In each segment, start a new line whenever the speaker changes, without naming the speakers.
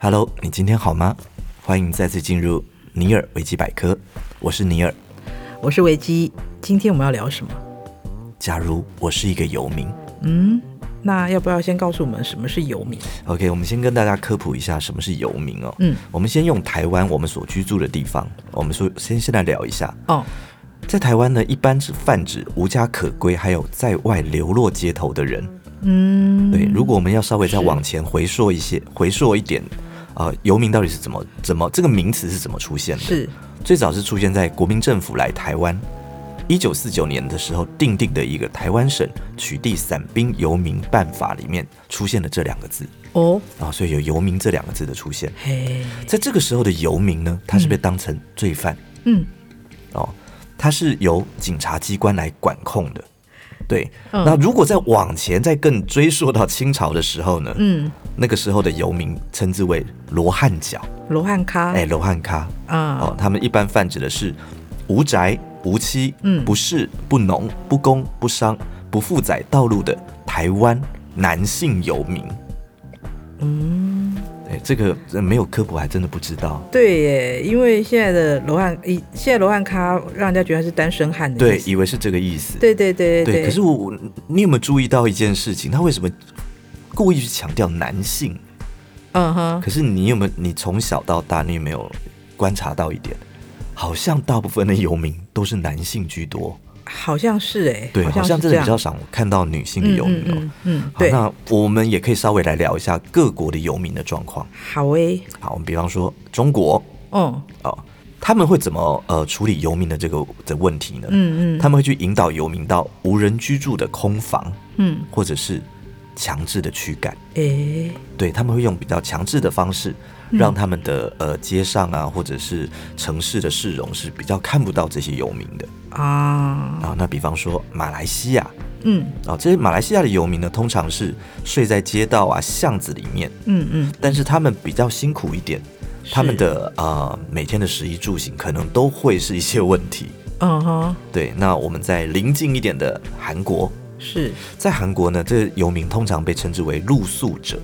Hello，你今天好吗？欢迎再次进入尼尔维基百科，我是尼尔。
我是维基，今天我们要聊什么？
假如我是一个游民
那要不要先告诉我们什么是游民？
，OK，我们先跟大家科普一下什么是游民哦。
嗯，
我们先用台湾我们所居住的地方，我们说先先来聊一下，
哦，
在台湾呢，一般是泛指无家可归，还有在外流落街头的人。
嗯，
对，如果我们要稍微再
是
往前回溯一些，回溯一点，呃，游民到底是怎么怎么这个名词是怎么出现的？
是
最早是出现在国民政府来台湾，一九四九年的时候定定的一个台湾省取缔散兵游民办法里面出现了这两个字
哦，
啊，所以有游民这两个字的出现。
嘿，
在这个时候的游民呢，他是被当成罪犯、
嗯，
哦，他是由警察机关来管控的。对，
嗯
那如果再往前再更追溯到清朝的时候呢，
嗯，
那个时候的游民称之为罗汉脚，
罗汉咖，
哎、罗汉咖，
啊，
哦，他们一般泛指的是无宅、无妻、
嗯
不仕、不农、不工、不商、不负载道路的台湾男性游民。嗯，哎，这个呃没有科普还真的不知道。
对耶，因为现在的罗汉，以现在罗汉咖让人家觉得他是单身汉的
对
意，思，
以为是这个意思。
对对对
对
对，
可是我，你有没有注意到一件事情？他为什么故意去强调男性？
嗯哼，
可是你有没有？你从小到大，你有没有观察到一点？好像大部分的游民都是男性居多，
好像是哎，
对，好
好
像
是
真
这
的
样
比较少看到女性的游民哦。
嗯嗯嗯，
好，
对，
那我们也可以稍微来聊一下各国的游民的状况。
好诶，
好，我们比方说中国
哦，
哦，他们会怎么呃处理游民的这个的问题呢？
嗯嗯
他们会去引导游民到无人居住的空房，
嗯，
或者是强制的驱赶。
诶，
对，他们会用比较强制的方式，
嗯
让他们的、呃街上啊，或者是城市的市容是比较看不到这些游民的
啊，
啊。那比方说马来西亚
嗯
啊，这些马来西亚的游民呢，通常是睡在街道啊、巷子里面，
嗯嗯，
但是他们比较辛苦一点，他们
是
的呃每天的食衣住行可能都会是一些问题。
嗯哼，
对，那我们在临近一点的韩国，
是
在韩国呢，这游民通常被称之为露宿者。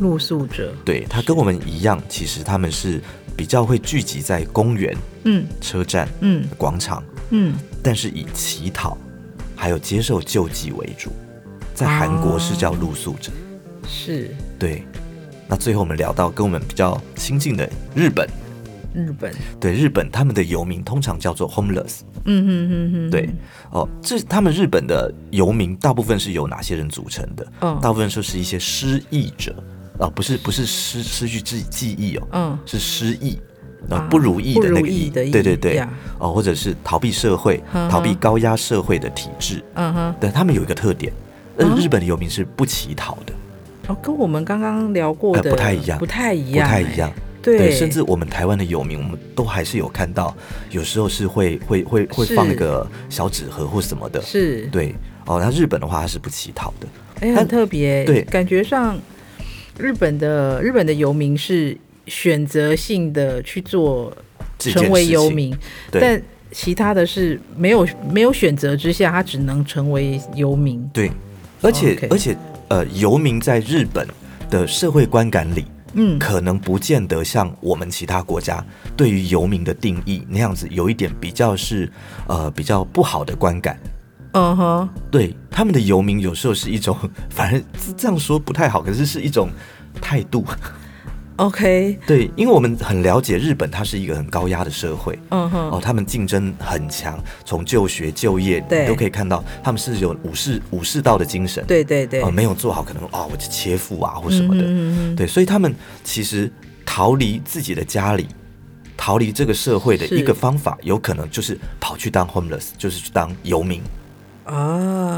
露宿者，
对，他跟我们一样，其实他们是比较会聚集在公园、
嗯
车站、
嗯
广场，
嗯，
但是以乞讨还有接受救济为主，在韩国是叫露宿者。
是
对，那最后我们聊到跟我们比较亲近的日本，
日本，
对日本他们的游民通常叫做 homeless。
嗯哼哼哼，
对，哦，这他们日本的游民大部分是由哪些人组成的？
嗯
大部分就是一些失忆者啊、不是不是失失去记记忆哦，
嗯
是失忆。啊
啊，
不如意的那
不
个
如意
意，
的意
对对对
呀，
哦，或者是逃避社会、
哼
逃避高压社会的体制，
嗯哼，
对他们有一个特点，呃，
哦
日本的游民是不乞讨的，
哦，跟我们刚刚聊过
呃
的
不太一样
不太一
不
样，
太一样
哎，，对，
甚至我们台湾的游民，我们都还是有看到，有时候是会会会会放一
是
个小纸盒或什么的，
是，
对，哦，那日本的话它是不乞讨的，
哎，
但
很特别，
对
感觉上日本的日本的游民是选择性的去做
这件
成为
事
游
情
民，
对
但其他的是没有没有选择之下，他只能成为游民，
对，而且、
哦 OK
而且呃，游民在日本的社会观感里，
嗯
可能不见得像我们其他国家对于游民的定义那样子，有一点比较是呃比较不好的观感。
嗯哼，
对他们的游民，有时候是一种， 反正这样说不太好，可是是一种态度。
OK，
对，因为我们很了解日本，它是一个很高压的社会，
嗯
哦，
哼，
他们竞争很强，从就学、就业，你
对
都可以看到他们是有武士武士道的精神。
对对对
呃，，没有做好，可能哦，我就切腹啊或什么的。
嗯嗯嗯
对，所以他们其实逃离自己的家里，逃离这个社会的
是
一个方法，有可能就是跑去当 homeless，就是去当游民。
嗯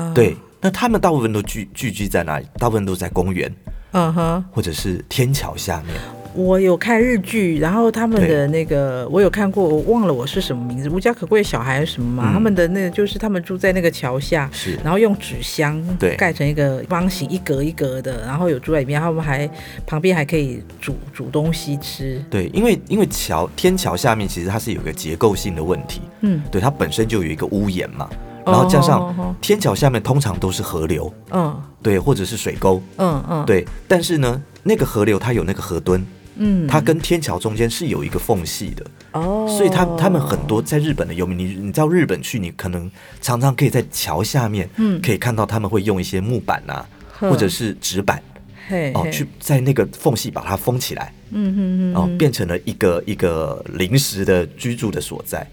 啊，，
对，那他们大部分都聚聚居在哪里？大部分都在公园
嗯哼。
或者是天桥下面。
我有看日剧，然后他们
对
的那个我有看过，我忘了我是什么名字，《无家可归的小孩》什么嘛、
嗯
他们的那个就是他们住在那个桥下，
是
然后用纸箱
对
盖成一个方形，一格一格的，然后有住在里面，他们还旁边还可以煮煮东西吃。
对，因为因为桥天桥下面其实它是有个结构性的问题，
嗯
对，它本身就有一个屋檐嘛，
哦
然后加
哦哦
上
哦
天桥下面通常都是河流，
嗯
对，或者是水沟，
嗯嗯，
对，但是呢，那个河流它有那个河墩，
嗯，
它跟天桥中间是有一个缝隙的，
哦，
所以他他们很多在日本的游民，你你到日本去，你可能常常可以在桥下面，
嗯
可以看到他们会用一些木板啊，
呵
或者是纸板
嘿
哦，
嘿
去在那个缝隙把它封起来，
嗯嗯嗯
哦，变成了一个一个临时的居住的所在。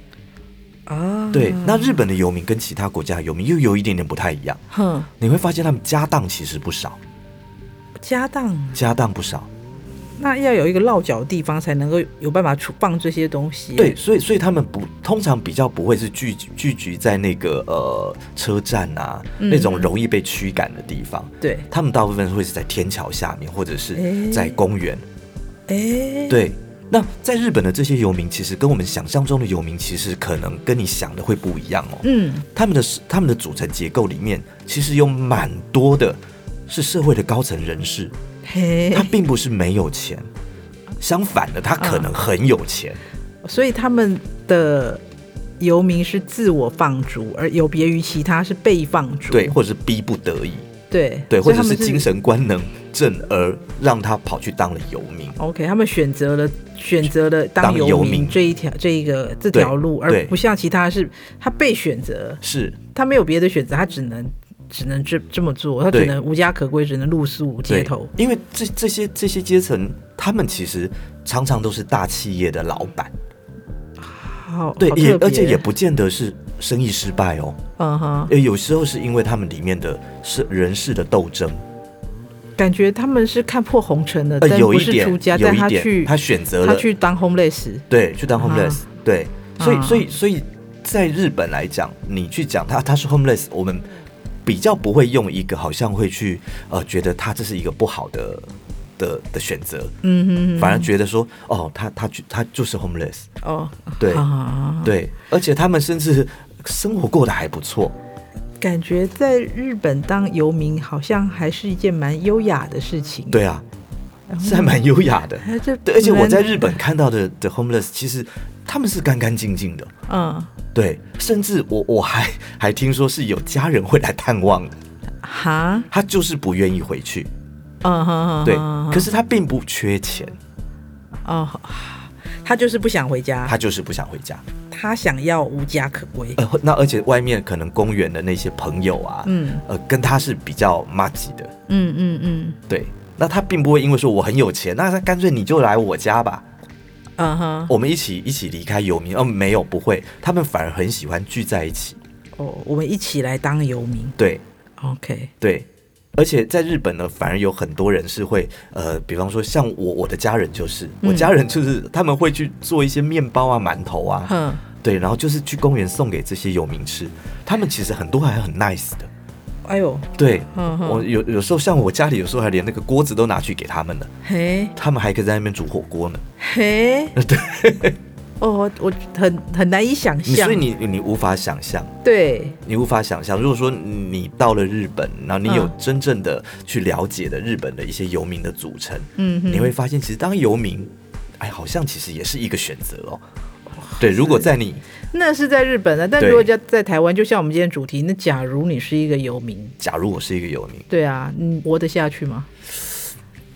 啊，
对，那日本的游民跟其他国家的游民又有一点点不太一样，
哼，
你会发现他们家当其实不少，
家当
家当不少。
那要有一个落脚的地方才能够有办法储放这些东西。
对，，所以所以他们不通常比较不会是聚集聚集在那个呃车站啊、
嗯
那种容易被驱赶的地方，
对，
他们大部分会是在天桥下面或者是
诶
在公园。
哎，，
对，那在日本的这些游民其实跟我们想象中的游民其实可能跟你想的会不一样哦。
嗯，
他们的他们的组成结构里面其实有蛮多的是社会的高层人士，
嘿
他，并不是没有钱，
嗯
相反的他可能很有钱。
所以他们的游民是自我放逐，而有别于其他是被放逐。
对，或者是逼不得已，
对
对，
所
或
以
者
他们
是精。神官能症而让他跑去当了游民。
OK，他们选择了选择了当
当游
游
民
民这一条这一个这条路，
对
而不像其他是他被选择，
是，
他没有别的选择，他只能只能这这么做，他只
对
能无家可归，只能露宿街
对
头。，
因为这这些这些阶层，他们其实常常都是大企业的老板，
好，
对，
好
也
特别
而且也不见得是生意失败哦，
嗯哼，
呃，有时候是因为他们里面的是人事的斗争，
感觉他们是看破红尘的，
呃，
但
有
不
一
是
点
出家，
有
但
一
他去
点，他选择
他
了
去当 homeless，
对去当 homeless，、对，所以
啊
所以所以在日本来讲，你去讲他他是 homeless，我们比较不会用一个好像会去呃觉得他这是一个不好的的的选择，
嗯
反而觉得说哦，他他去他就是 homeless，
哼，哦，
对
啊，
对，而且他们甚至生活过得还不错，
感觉在日本当游民好像还是一件蛮优雅的事情。
对啊，
然后，
是还蛮优雅的。
哎这
对，而且我在日
本，
本看到的的 homeless，其实他们是干干净净的，
嗯，
对，甚至我我还还听说是有家人会来探望的，
哈，
他就是不愿意回去，
嗯哼，
对，可
是
是他并不缺钱，
哦。他就是不想回家，
他就是不想回家，
他想要无家可归。
呃，那而且外面可能公园的那些朋友啊，
嗯
呃，跟他是比较 m a 的，
嗯嗯嗯，
对，那他并不会因为说我很有钱，那他干脆你就来我家吧，
嗯哼，
我们一起一起离开游民，哦，没有不会，他们反而很喜欢聚在一起，
哦，我们一起来当游民。
对，
OK，
对，而且在日本呢，反而有很多人是会，呃，比方说像我我的家人就是，
嗯
我家人就是他们会去做一些面包啊、馒头啊，
哼，
对，然后就是去公园送给这些游民吃，他们其实很多还很 nice 的，
哎呦，
对。
嗯
我
哼，
有有时候像我家里，有时候还连那个锅子都拿去给他们了，
嘿，
他们还可以在那边煮火锅呢。
嘿，对，哦，我很很难以想
你
象，
所以你你无法想象，
对，
你无法想象。如果说你到了日本，然后你有
嗯
真正的去了解的日本的一些游民的组成，
嗯哼，
你会发现，其实当游民，哎，好像其实也是一个选择哦。对，如果在你
那是在日本的，但
对
如果在在台湾，就像我们今天主题，那假如你是一个游民，
假如我是一个游民，
对啊，你活得下去吗？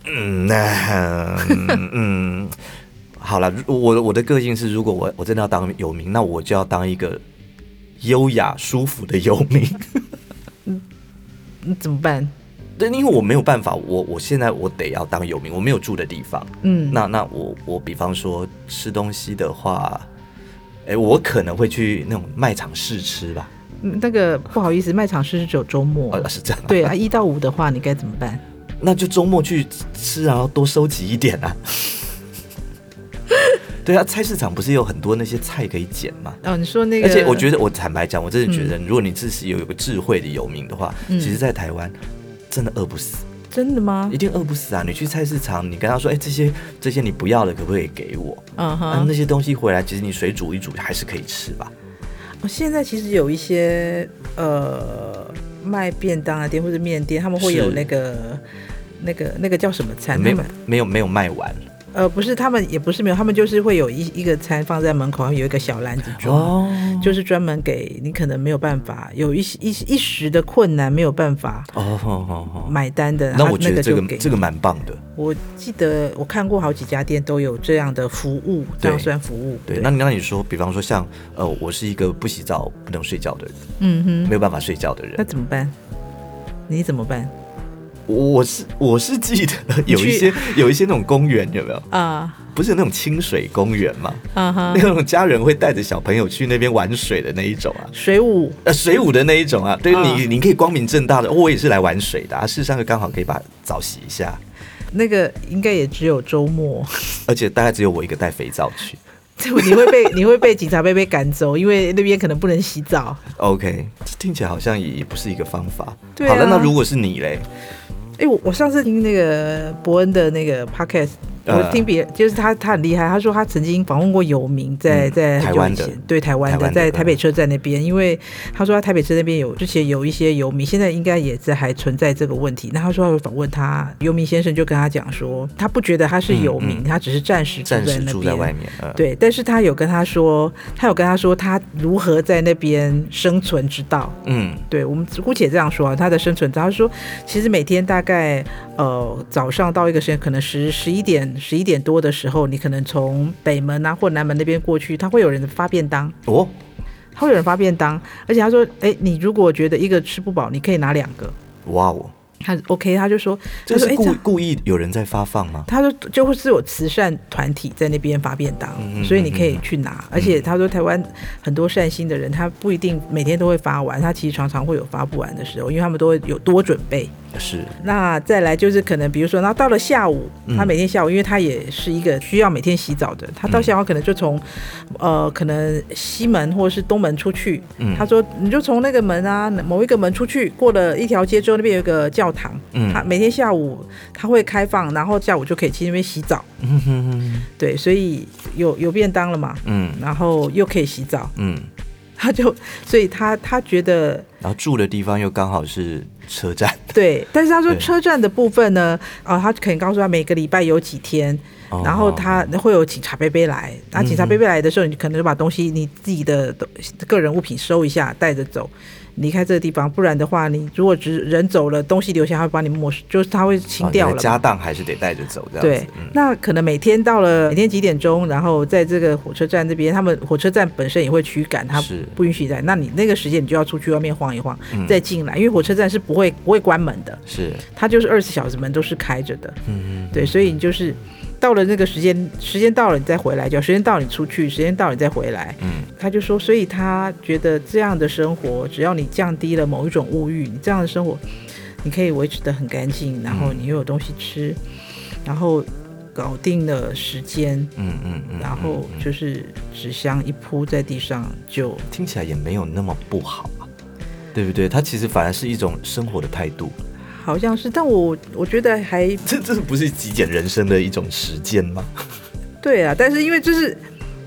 嗯，那嗯嗯， 好了，如我我的个性是，如果我我真的要当游民，那我就要当一个优雅舒服的游民。
你怎么办？
对，因为我没有办法，我我现在我得要当游民，我没有住的地方。
嗯，
那那我我比方说吃东西的话，哎，我可能会去那种卖场试吃吧。
嗯那个不好意思，卖场是只有周末，
呃，是这样。
对啊，一到五的话，你该怎么办？
那就周末去吃，然后多收集一点啊。 对啊，菜市场不是有很多那些菜可以捡吗？
哦，你说那个，
而且我觉得，我坦白讲，我真的觉得，如果你自己有有个智慧的游民的话，
嗯
其实，在台湾真的饿不死，
得真的吗
一？定饿不死啊！你去菜市场，你跟他说，哎、这些这些你不要了，可不可以给我？
嗯
啊，
哼，
那些东西回来，其实你水煮一煮还是可以吃吧？
我呃现在其实有一些呃卖便当的店或者面店，他们会有
是
那个那个那个叫什么餐，
没
他
有
们
没有没有卖完，
呃，不是，他们也不是没有，他们就是会有一一个餐放在门口，然后有一个小篮子装，
哦，
就是专门给你可能没有办法有一些一一时的困难没有办法
哦，好好好。
买单的，
那
他
我觉得
那
这
就
个、
给你
这个蛮棒的，
我记得我看过好几家店都有这样的服务，这样算服务。
对。那你那你说，比方说像呃，我是一个不洗澡不能睡觉的人，
嗯哼，
没有办法睡觉的
那
人，
怎么办？你怎么办
我是我是记得有一些有一些那种公园有没有？
啊？
不是有那种清水公园嘛？
啊哈
那，种家人会带着小朋友去那边玩水的那一种啊，
水舞
呃，水舞的那一种啊，对
嗯
你，你可以光明正大的，哦我也是来玩水的、啊，事实上刚好可以把澡洗一下，
那个应该也只有周末，
而且大概只有我一个带肥皂去
你会被你会被警察被被赶走，因为那边可能不能洗澡。
，OK，这听起来好像也不是一个方法。
对啊
好了，那如果是你嘞，
哎、我我上次听那个伯恩的那个 podcast，我
呃
听别就是他他很厉害，他说他曾经访问过游民在，
嗯
在
台
很久
湾
以
的
前对台湾
台
的，
湾的
在
嗯
台北车站那边，因为他说他台北车那边有之前有一些游民，现在应该也在还存在这个问题。那他说他有访问他游民先生，就跟他讲说，他不觉得他是游民，
嗯嗯
他只是暂时住
暂
在
时
那
住在外
边。
面，呃，
对，但是他有跟他说，他有跟他说他如何在那边生存之道。
嗯，
对我们姑且这样说啊，他的生存，他说其实每天大概呃早上到一个时间，可能十十一点十一点多的时候，你可能从北门啊或南门那边过去，他会有人发便当，
哦，
他会有人发便当，而且他说，哎，你如果觉得一个吃不饱，你可以拿两个，
哇哦，
他 OK，他就说，
这
他说
是
哎
故
这样。
故意有人在发放吗？
他说就会是有慈善团体在那边发便当，
嗯嗯嗯
所以你可以去拿。而且他说台湾很多善心的人，他不一定每天都会发完，他其实常常会有发不完的时候，因为他们都会有多准备。
是，
那再来就是可能，比如说，然后到了下午，
嗯
他每天下午，因为他也是一个需要每天洗澡的，他到下午可能就从，呃，可能西门或者是东门出去。
嗯
他说，你就从那个门啊，某一个门出去，过了一条街之后，那边有一个教堂，
嗯
他每天下午他会开放，然后下午就可以去那边洗澡。
嗯哼哼，
对，所以有有便当了嘛，
嗯
然后又可以洗澡，
嗯，
他就，所以他他觉得
然后住的地方又刚好是车 站，
对，但是他说
对
车站的部分呢，啊，他可能告诉他每个礼拜有几天，
哦嗯
然后他会有警察贝贝来，然后警察贝贝来的时候，你可能就把东西你自己的东个人物品收一下，带着走，离开这个地方，不然的话，你如果只人走了，东西留下，他会把你没收，就是他会清
哦你
掉
的
了
家
嘛。
当还是得带着走，这样
对
子，，嗯
那可能每天到了每天几点钟，然后在这个火车站这边，他们火车站本身也会驱赶，他
是
不允许在。那你那个时间，你就要出去外面晃一晃，
嗯
再进来，因为火车站是不会不会关门的。
是，
它就是二十四小时门都是开着的，
嗯，
对，所以你就是到了那个时间，时间到了你再回来就好，时间到了你出去，时间到了你再回来。
嗯，
他就说，所以他觉得这样的生活，只要你降低了某一种物欲，你这样的生活，你可以维持得很干净，然后你又有东西吃，然后搞定了时间，
嗯嗯嗯，
然后就是纸箱一铺在地上就
听起来也没有那么不好啊，对不对？它其实反而是一种生活的态度，
好像是，但我我觉得还
这这不是极简人生的一种实践吗？
对啊，但是因为就是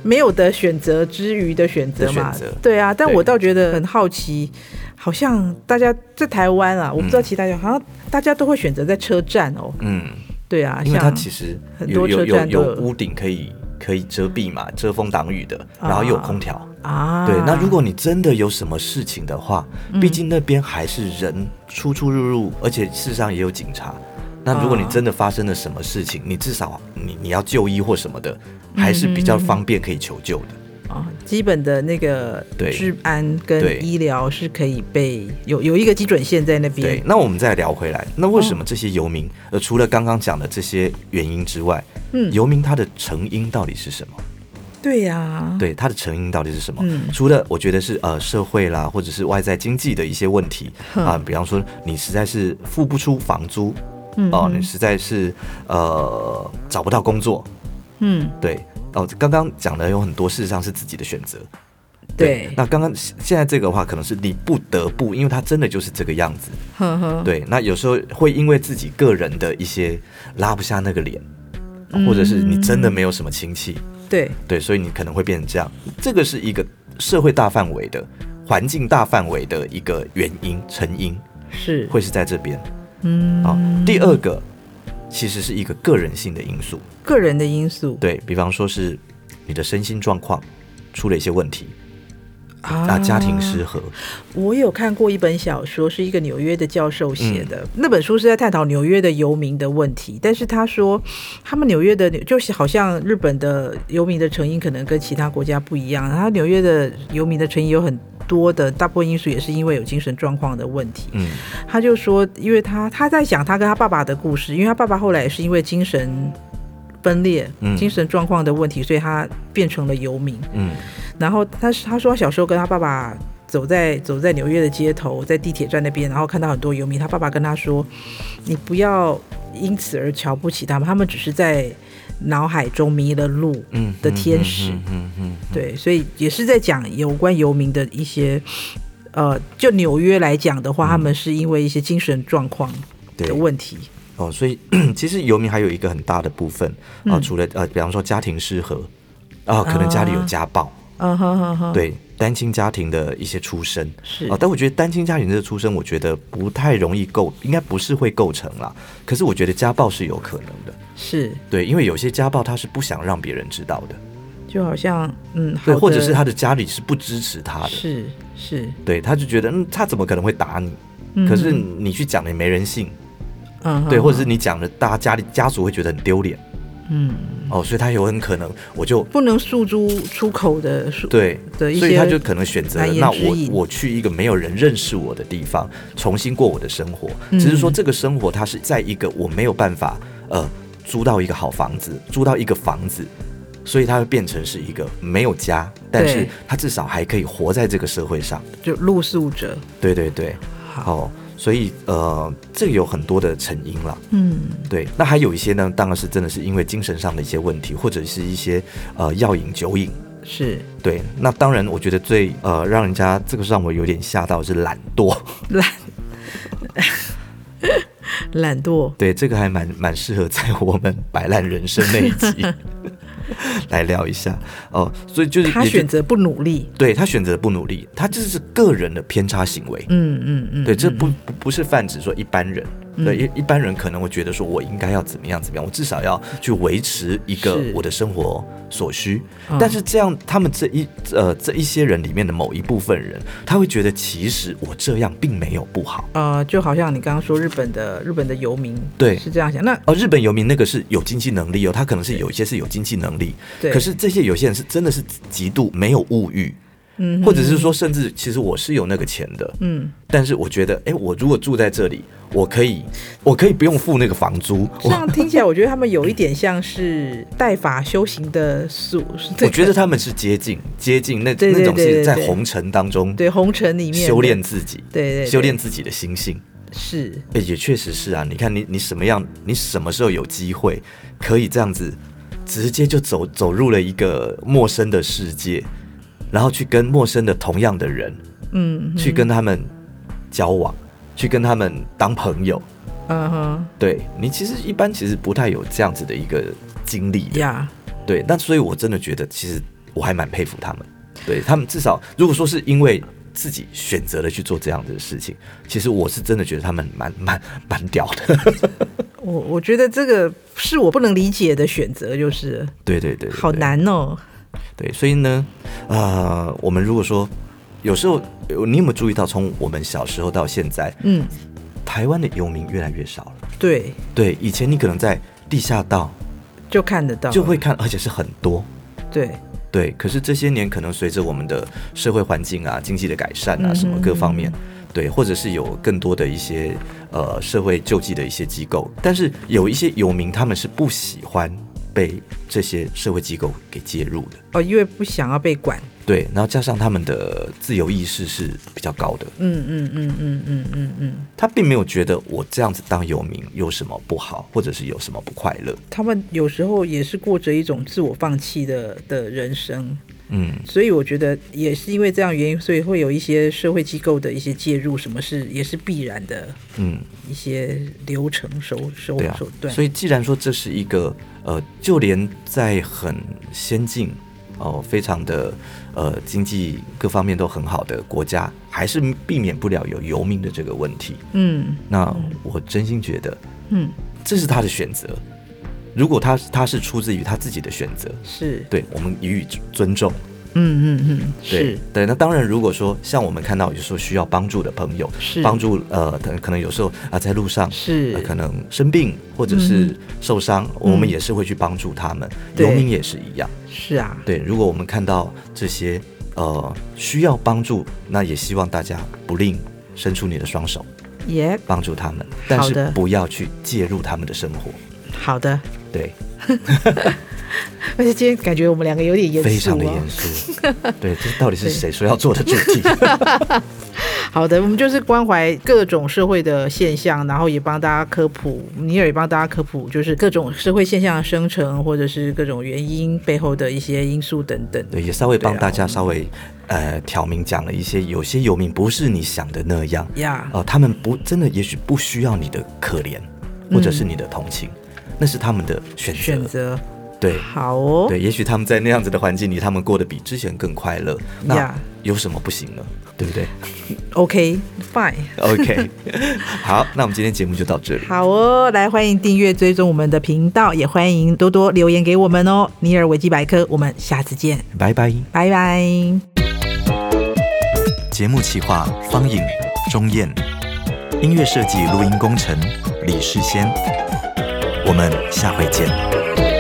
没有的选择之余的选择嘛
的选择，
对啊。但
对
我倒觉得很好奇，好像大家在台湾啊，我不知道其他地方，好像大家都会选择在车站哦。
嗯，
对啊，
因为它
像
其实
很
有
多
有
车
有
站都
有
有
屋顶可以可以遮蔽嘛，遮风挡雨的，然后又有空调。
啊，嗯
对，那如果你真的有什么事情的话，毕竟那边还是人出出入入，而且事实上也有警察。那如果你
啊
真的发生了什么事情，你至少你你要就医或什么的，还是比较
嗯
方便可以求救的。
啊，基本的那个
对
治安
对
跟医疗是可以被有有一个基准线在那
对
边，，嗯
那我们再聊回来，那为什么这些游民，呃，除了刚刚讲的这些原因之外，
嗯
游民他的成因到底是什么？
对啊呀，
对，他的成因到底是什么？
嗯
除了我觉得是呃社会啦，或者是外在经济的一些问题
哼
啊、比方说你实在是付不出房租，
嗯
哦、你实在是呃找不到工作，
嗯，
对，哦、刚刚讲的有很多，事实上是自己的选择。
对，
那刚刚现在这个的话，可能是你不得不，因为他真的就是这个样子。
呵呵，
对，那有时候会因为自己个人的一些拉不下那个脸，或者是你真的
嗯
没有什么亲戚，
对，
对，所以你可能会变成这样。这个是一个社会大范围的、环境大范围的一个原因成因，
是，
会是在这边。
嗯
啊、第二个，其实是一个个人性的因素。
个人的因素
对比方说是你的身心状况出了一些问题
啊
啊，家庭失和，
我有看过一本小说，是一个纽约的教授写的。那本书是在探讨纽约的游民的问题，但是他说，他们纽约的就是好像日本的游民的成因可能跟其他国家不一样，然后纽约的游民的成因有很多的，大部分因素也是因为有精神状况的问题。
嗯
他就说，因为他他在讲他跟他爸爸的故事，因为他爸爸后来也是因为精神分裂、
嗯
精神状况的问题，所以他变成了游民。
嗯
然后他是他说他小时候跟他爸爸走在走在纽约的街头，在地铁站那边，然后看到很多游民，他爸爸跟他说：“你不要因此而瞧不起他们，他们只是在脑海中迷了路。
嗯
的天使
嗯嗯嗯嗯
对，所以也是在讲有关游民的一些。呃，就纽约来讲的话，他们是因为一些精神状况
对
的问题，
哦，所以 其实游民还有一个很大的部分啊、除了呃，比方说家庭失和啊、可能家里有
嗯啊
家暴，
嗯哼哼哼，
对单亲家庭的一些出身
是
啊、但我觉得单亲家庭的出身，我觉得不太容易构，应该不是会构成啦。可是我觉得家暴是有可能的，
是，
对，因为有些家暴他是不想让别人知道的，
就好像嗯，
对，
好
或者
的
是他的家里是不支持他的，
是是，
对，他就觉得嗯，他怎么可能会打你？
嗯
可是你去讲了也没人信，
嗯，
对，
哼
或者是你讲了，大家家里家属会觉得很丢脸
嗯，
哦，所以他有很可能我就
不能诉诸出口的诉，
对
的一，
所以
些
他就可能选择
难言
那
之
我
隐
我去一个没有人认识我的地方，重新过我的生活。
嗯
只是说这个生活它是在一个我没有办法呃租到一个好房子，租到一个房子，所以它会变成是一个没有家，但是
对
他至少还可以活在这个社会上。
就露宿者。
对对对，
好，
哦，所以呃，这个有很多的成因啦。
嗯，
对，那还有一些呢，当然是真的是因为精神上的一些问题，或者是一些呃药瘾、酒瘾。
是
对，那当然，我觉得最呃让人家这个让我有点吓到的是懒惰。
懒懒惰，
对，这个还蛮蛮适合在我们摆烂人生那一集 来聊一下哦、所以就是
他
也就
选择不努力。
对他选择不努力，他这是个人的偏差行为。
嗯嗯嗯，
对，
嗯
这不不不是泛指说一般人。对，一一般人可能会觉得说，我应该要怎么样怎么样，我至少要去维持一个
是
我的生活所需
嗯。
但是这样，他们这一呃这一些人里面的某一部分人，他会觉得其实我这样并没有不好。
呃，就好像你刚刚说日本的日本的游民，
对
是这样想。那
哦，日本游民那个是有经济能力哦，他可能是有一些是有经济能力，
对
可是这些有些人是真的是极度没有物欲，
嗯
或者是说，甚至其实我是有那个钱的，
嗯，
但是我觉得，哎，我如果住在这里，我可以，我可以不用付那个房租，
这
我
样听起来，我觉得他们有一点像是带法修行的俗，
我觉得他们是接近接近那
对对
那种
对
是
对
在
对
红尘当中
对红尘里面的
修炼，自己，
对对对
修炼自己的心性。
是
哎，也确实是啊，你看你你什么样，你什么时候有机会可以这样子，直接就走走入了一个陌生的世界，然后去跟陌生的同样的人，
嗯
去跟他们交往，去跟他们当朋友。
嗯哼
对你其实一般其实不太有这样子的一个经历的，
呀，
对。那所以我真的觉得，其实我还蛮佩服他们，对他们至少如果说是因为自己选择了去做这样的事情，其实我是真的觉得他们蛮蛮蛮屌的。
我我觉得这个是我不能理解的选择，就是了
对对对对
好
对
难哦。
对，所以呢，呃，我们如果说有时候，有你有没有注意到，从我们小时候到现在，
嗯，
台湾的游民越来越少了。
对，
对，以前你可能在地下道
就看得到，
就会看，而且是很多。
对，
对，可是这些年可能随着我们的社会环境啊、经济的改善啊，什么
嗯
各方面，对，或者是有更多的一些呃社会救济的一些机构，但是有一些游民他们是不喜欢被这些社会机构给介入的，
哦，因为不想要被管。
对，然后加上他们的自由意识是比较高的，
嗯嗯嗯嗯嗯嗯嗯，
他并没有觉得我这样子当游民有什么不好，或者是有什么不快乐，
他们有时候也是过着一种自我放弃的的人生，
嗯，
所以我觉得也是因为这样原因，所以会有一些社会机构的一些介入，什么是也是必然的
嗯，
一些流程手手
对啊
手，段。
所
以
以既然说这是一个呃，就连在很先进哦、非常的呃经济各方面都很好的国家，还是避免不了有游民的这个问题。
嗯
那我真心觉得
嗯，
这是他的选择。如果他他是出自于他自己的选择，
是，
对我们予以尊重。
嗯嗯嗯，
对
是
对，那当然，如果说像我们看到有时候需要帮助的朋友，
是
帮助呃，可可能有时候啊、在路上
是
呃可能生病或者是受伤，我们也是会去帮助他们。
嗯对
游民也是一样，
是啊，
对，如果我们看到这些呃需要帮助，那也希望大家不吝伸出你的双手
也、
帮助他们，但
好的
是不要去介入他们的生活。
好的。
对，
而且今天感觉我们两个有点严肃、哦，
非常的严 肃。对，这到底是谁说要做的主题？
好的，我们就是关怀各种社会的现象，然后也帮大家科普，尼尔也帮大家科普，就是各种社会现象的生成，或者是各种原因背后的一些因素等等。
对，也稍微帮
对啊
大家稍微、呃挑明讲了一些，有些游民不是你想的那样，
呀、
呃，他们不真的也许不需要你的可怜，或者是你的同情，那是他们的选择。
嗯选择
对
好哦，
对，也许他们在那样子的环境里，他们过得比之前更快乐，那
Yeah
有什么不行呢？对 不对
OK，fine，、
？OK，好， 那我们今天节目就到这里。
好哦，来欢迎订阅追踪我们的频道，也欢迎多多留言给我们哦。尼尔维基百科，我们下次见，
拜拜。
拜拜。
节目企划：方颖、钟燕，音乐设计、录音工程：李世先。我们下回见。